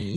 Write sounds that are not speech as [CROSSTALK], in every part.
一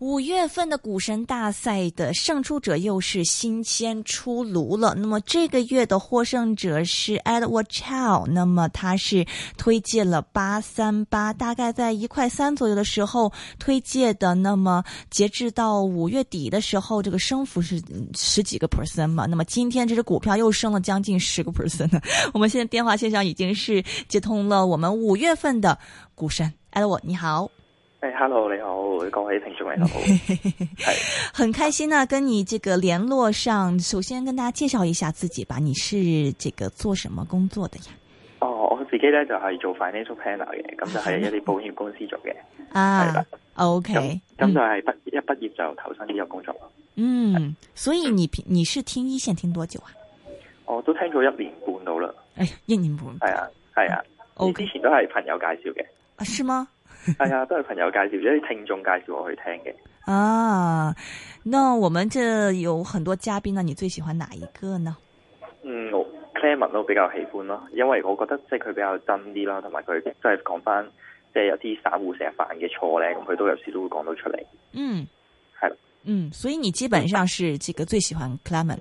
五月份的股神大赛的胜出者又是新鲜出炉了。那么这个月的获胜者是 Edward Chow，那么他是推介了八三八，大概在一块三左右的时候推介的。那么截至到五月底的时候，这个升幅是嗯十几个 percent 嘛。那么今天这只股票又升了将近十个 percent 呢。 [LAUGHS] 我们现在电话线上已经是接通了我们五月份的股神 Edward，你好。诶 h e l l o 你好，各位聽眾你好，係很开心呢、跟你这个联络上。首先跟大家介绍一下自己吧，你是这个做什么工作的呀？哦，我自己咧就係、做 financial planner 嘅，咁就係一啲保險公司做嘅，係啊啦，OK，咁就嗯係畢一畢業就投身呢個工作啦。嗯，所以你平你是听一线听多久啊？我都聽咗一年半到啦，哎呀，一年半係啊，係啊， OK 之前都係朋友介紹嘅，啊，是嗎？係啊，都係朋友介紹，一啲聽眾介紹我去聽嘅。啊，那我们这有很多嘉宾呢，你最喜欢哪一个呢？嗯，我 Clement 都比較喜歡咯，因為我覺得即係佢比較真啲啦，同埋佢即係講翻即係有啲散户成日犯嘅錯咧，咁佢都有時都會講到出嚟。嗯，係啦，嗯，所以你基本上是这个最喜欢 Clement。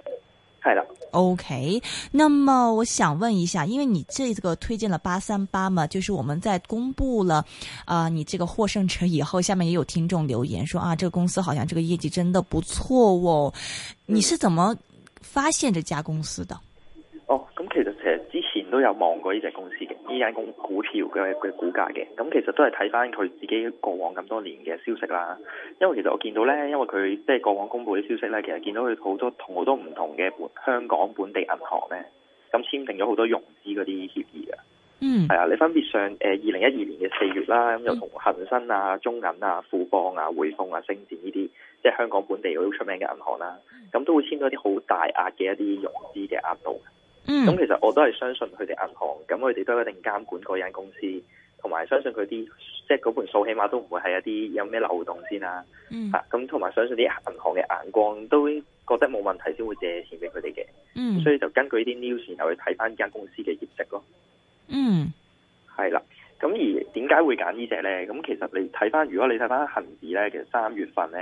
係啦， OK，那么我想问一下，因为你这个推荐了八三八嘛，就是我们在公布了啊、你这个获胜者以后，下面也有听众留言说啊，这个公司好像这个业绩真的不错哦。你是怎么发现这家公司的？哦，咁其實其實之前都有望過呢只公司嘅，呢間公股票嘅嘅股價嘅，咁其實都係睇翻佢自己過往咁多年嘅消息啦。因為其實我見到咧，因為佢即係過往公佈啲消息咧，其實見到佢好多同好多唔同嘅本香港本地銀行咧，咁簽訂咗好多融資嗰啲協議嘅。嗯係啊，你分別上誒二零一二年嘅四月啦，咁又同恒生啊、中銀啊、富邦啊、匯豐啊、星展呢啲，即係香港本地嗰啲好出名嘅銀行啦，咁都會簽咗啲好大額嘅一啲融資嘅額度。咁嗯其實我都係相信佢哋銀行，咁佢哋都有一定監管嗰間公司，同埋相信佢啲即係嗰盤數，起碼都唔會係一啲有咩漏洞先啦、嗯嚇咁同埋相信啲銀行嘅眼光都覺得冇問題先會借錢俾佢哋嘅，嗯所以就根據呢啲 news 然後去睇翻間公司嘅業績咯。嗯係啦，咁而點解會揀呢只呢？咁其實你睇翻，如果你睇翻恒指呢，其實三月份呢，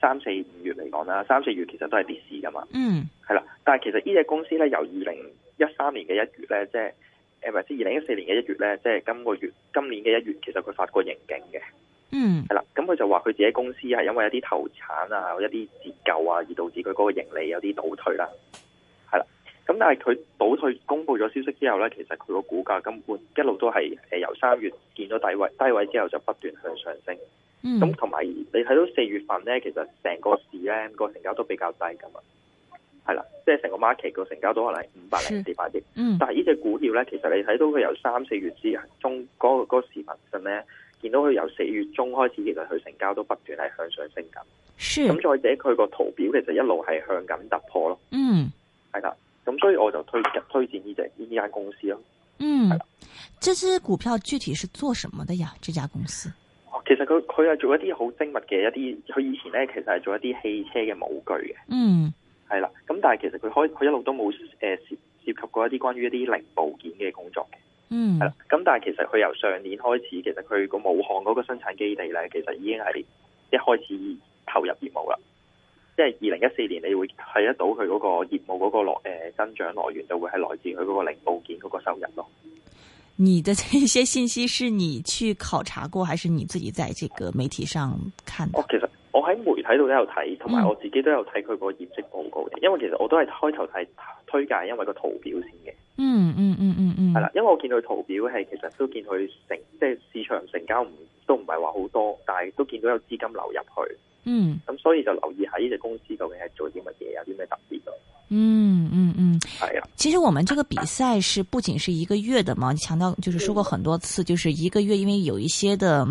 三四五月嚟講啦，三四月其實都係跌市噶嘛。嗯係啦，但係其實呢只公司咧，由二零一三年嘅一月咧，即係誒唔係，即係二零一四年嘅一月咧，即係今個月今年嘅一月，其實佢發過盈警嘅，嗯係啦，咁佢就話佢自己公司係因為一啲投產啊、一啲折舊啊，而導致佢嗰個盈利有啲倒退啦，係啦，咁但係佢倒退公布咗消息之後咧，其實佢個股價根本一路都係誒由三月見到低位，低位之後就不斷向上升，咁嗯同埋你睇到四月份咧，其實成個市咧個成交都比較低噶嘛，係啦，即係成個 market 個成交都可能五百零四百億，嗯但係呢只股票咧，其實你睇到佢由三四月之中嗰、個嗰個市民信咧，見到佢由四月中開始，其實佢成交都不斷係向上升緊。是咁再者，佢個圖表其實一路係向緊突破咯，嗯係啦。咁所以我就推推薦呢只呢間公司咯。嗯，这只股票具体是做什么的呀？这家公司？其實佢佢係做一啲好精密嘅一啲，佢以前咧其實係做一啲汽車嘅模具嘅。嗯係啦，咁但係其實佢開佢一路都冇誒、呃涉涉及過一啲關於一啲零部件嘅工作嘅，嗯係啦。咁但係其實佢由上年開始，其實佢個武漢嗰個生產基地咧，其實已經係一開始投入業務啦。即係二零一四年，你會睇得到佢嗰個業務嗰個來誒、呃增長來源就會係來自佢嗰個零部件嗰個收入咯。你的 [LAUGHS] 这些信息是你去考察过，还是你自己在这个媒体上看哦的？，其實我喺媒體度都有睇，同埋嗯我自己都有睇佢個業績報告嘅，因為其實我都係開頭睇推介，因為個圖表先嘅。嗯嗯嗯嗯嗯，係啦，因為我見佢圖表係其實都見佢成即係市場成交唔都唔係話好多，但係都見到有資金流入去，嗯咁所以就留意下呢只公司究竟係做啲乜嘢，有啲咩特別咯。嗯嗯嗯。係啊，其实我们这个比赛是不仅是一个月的嘛，强调就是说过很多次，就是一个月，因为有一些的，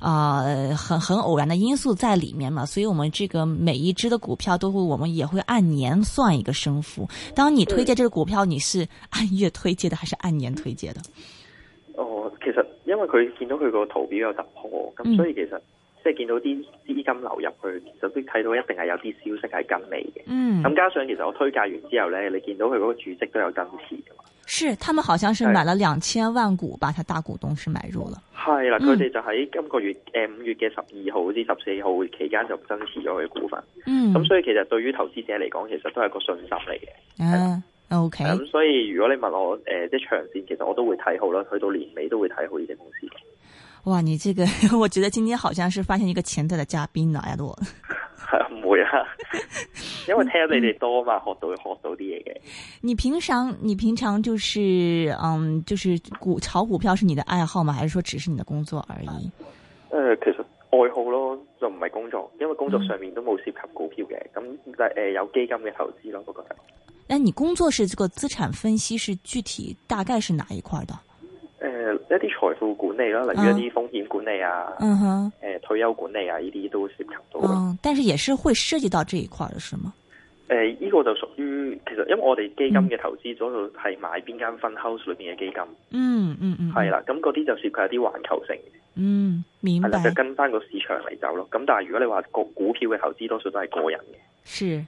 啊、很很偶然的因素在里面嘛，所以我们这个每一只的股票都会，我们也会按年算一个升幅。当你推荐这个股票，你是按月推荐的还是按年推荐的？哦，其實因為佢見到佢個圖表有突破，嗯咁所以其實即係見到啲資金流入去，其實都睇到一定係有啲消息係跟尾嘅。嗯，咁加上其實我推介完之後咧，你見到佢嗰個主席都有增持㗎嘛？是他们好像是对买了两千万股吧，他大股东是买入了。係啦，嗯佢哋就喺今個月誒五月嘅十二號至十四號期間就增持咗佢股份。嗯，咁、所以其實對於投資者嚟講，其實都係一個信心嚟嘅。嗯、o k 咁、所以如果你問我誒、呃即係長線，其實我都會睇好啦，去到年尾都會睇好呢只公司 [LAUGHS] 嘅。哇，你这个， [LAUGHS] 我觉得今天好像是发现一个潜在的嘉宾哎呢，艾洛。係啊唔會啊，因為聽你哋多嘛，學到學到啲嘢嘅。 [LAUGHS] 你平常你平常就是嗯，就是股炒股票是你的爱好吗？还是说只是你的工作而已？誒、呃其實愛好咯，就唔係工作，因為工作上面都冇涉及股票嘅。咁但係誒呃有基金嘅投資咯，我覺得。那你工作是这个资产分析，是具体大概是哪一块的？誒、呃一啲財富管理啦，例如一啲風險管理啊，誒、嗯哼，退休管理啊，呢啲都涉及到嘅。誒、嗯，但是也是会涉及到这一块的，是吗？依、呃個就屬於其實，因為我哋基金嘅投資嗰度係買邊間 fund house 裏面嘅基金，嗯嗯嗯，係，啦、咁嗰啲就涉及一啲環球性，嗯，明係啦，就白，跟翻個市場嚟走咯。咁但係如果你話個股票嘅投資，多數都係個人嘅，是。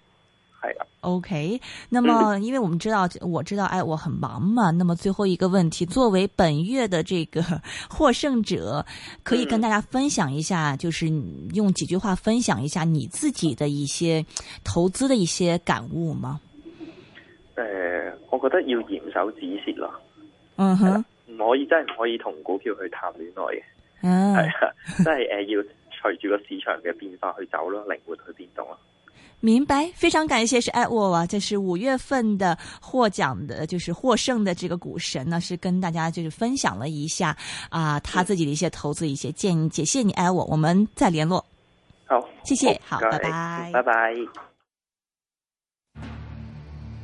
係啦。 OK，那么因为我们知道，我知道，哎，我很忙嘛。那么最后一个问题，作为本月的这个 [LAUGHS] 获胜者，可以跟嗯大家分享一下，就是你用几句话分享一下你自己的一些投资的一些感悟吗？誒、呃我覺得要嚴守止蝕咯。嗯哼，唔可以真係唔可以同股票去談戀 [LAUGHS] 愛嘅，嗯，係啊，即係誒要隨住個市場嘅變化去走咯，靈活去變動咯。明白。非常感谢是艾沃啊，这是五月份的获奖的，就是获胜的这个股神呢，是跟大家就是分享了一下啊、他自己的一些投资一些哎建议。谢谢你，艾沃，我们再联络。好，谢谢好好唔該拜拜拜拜。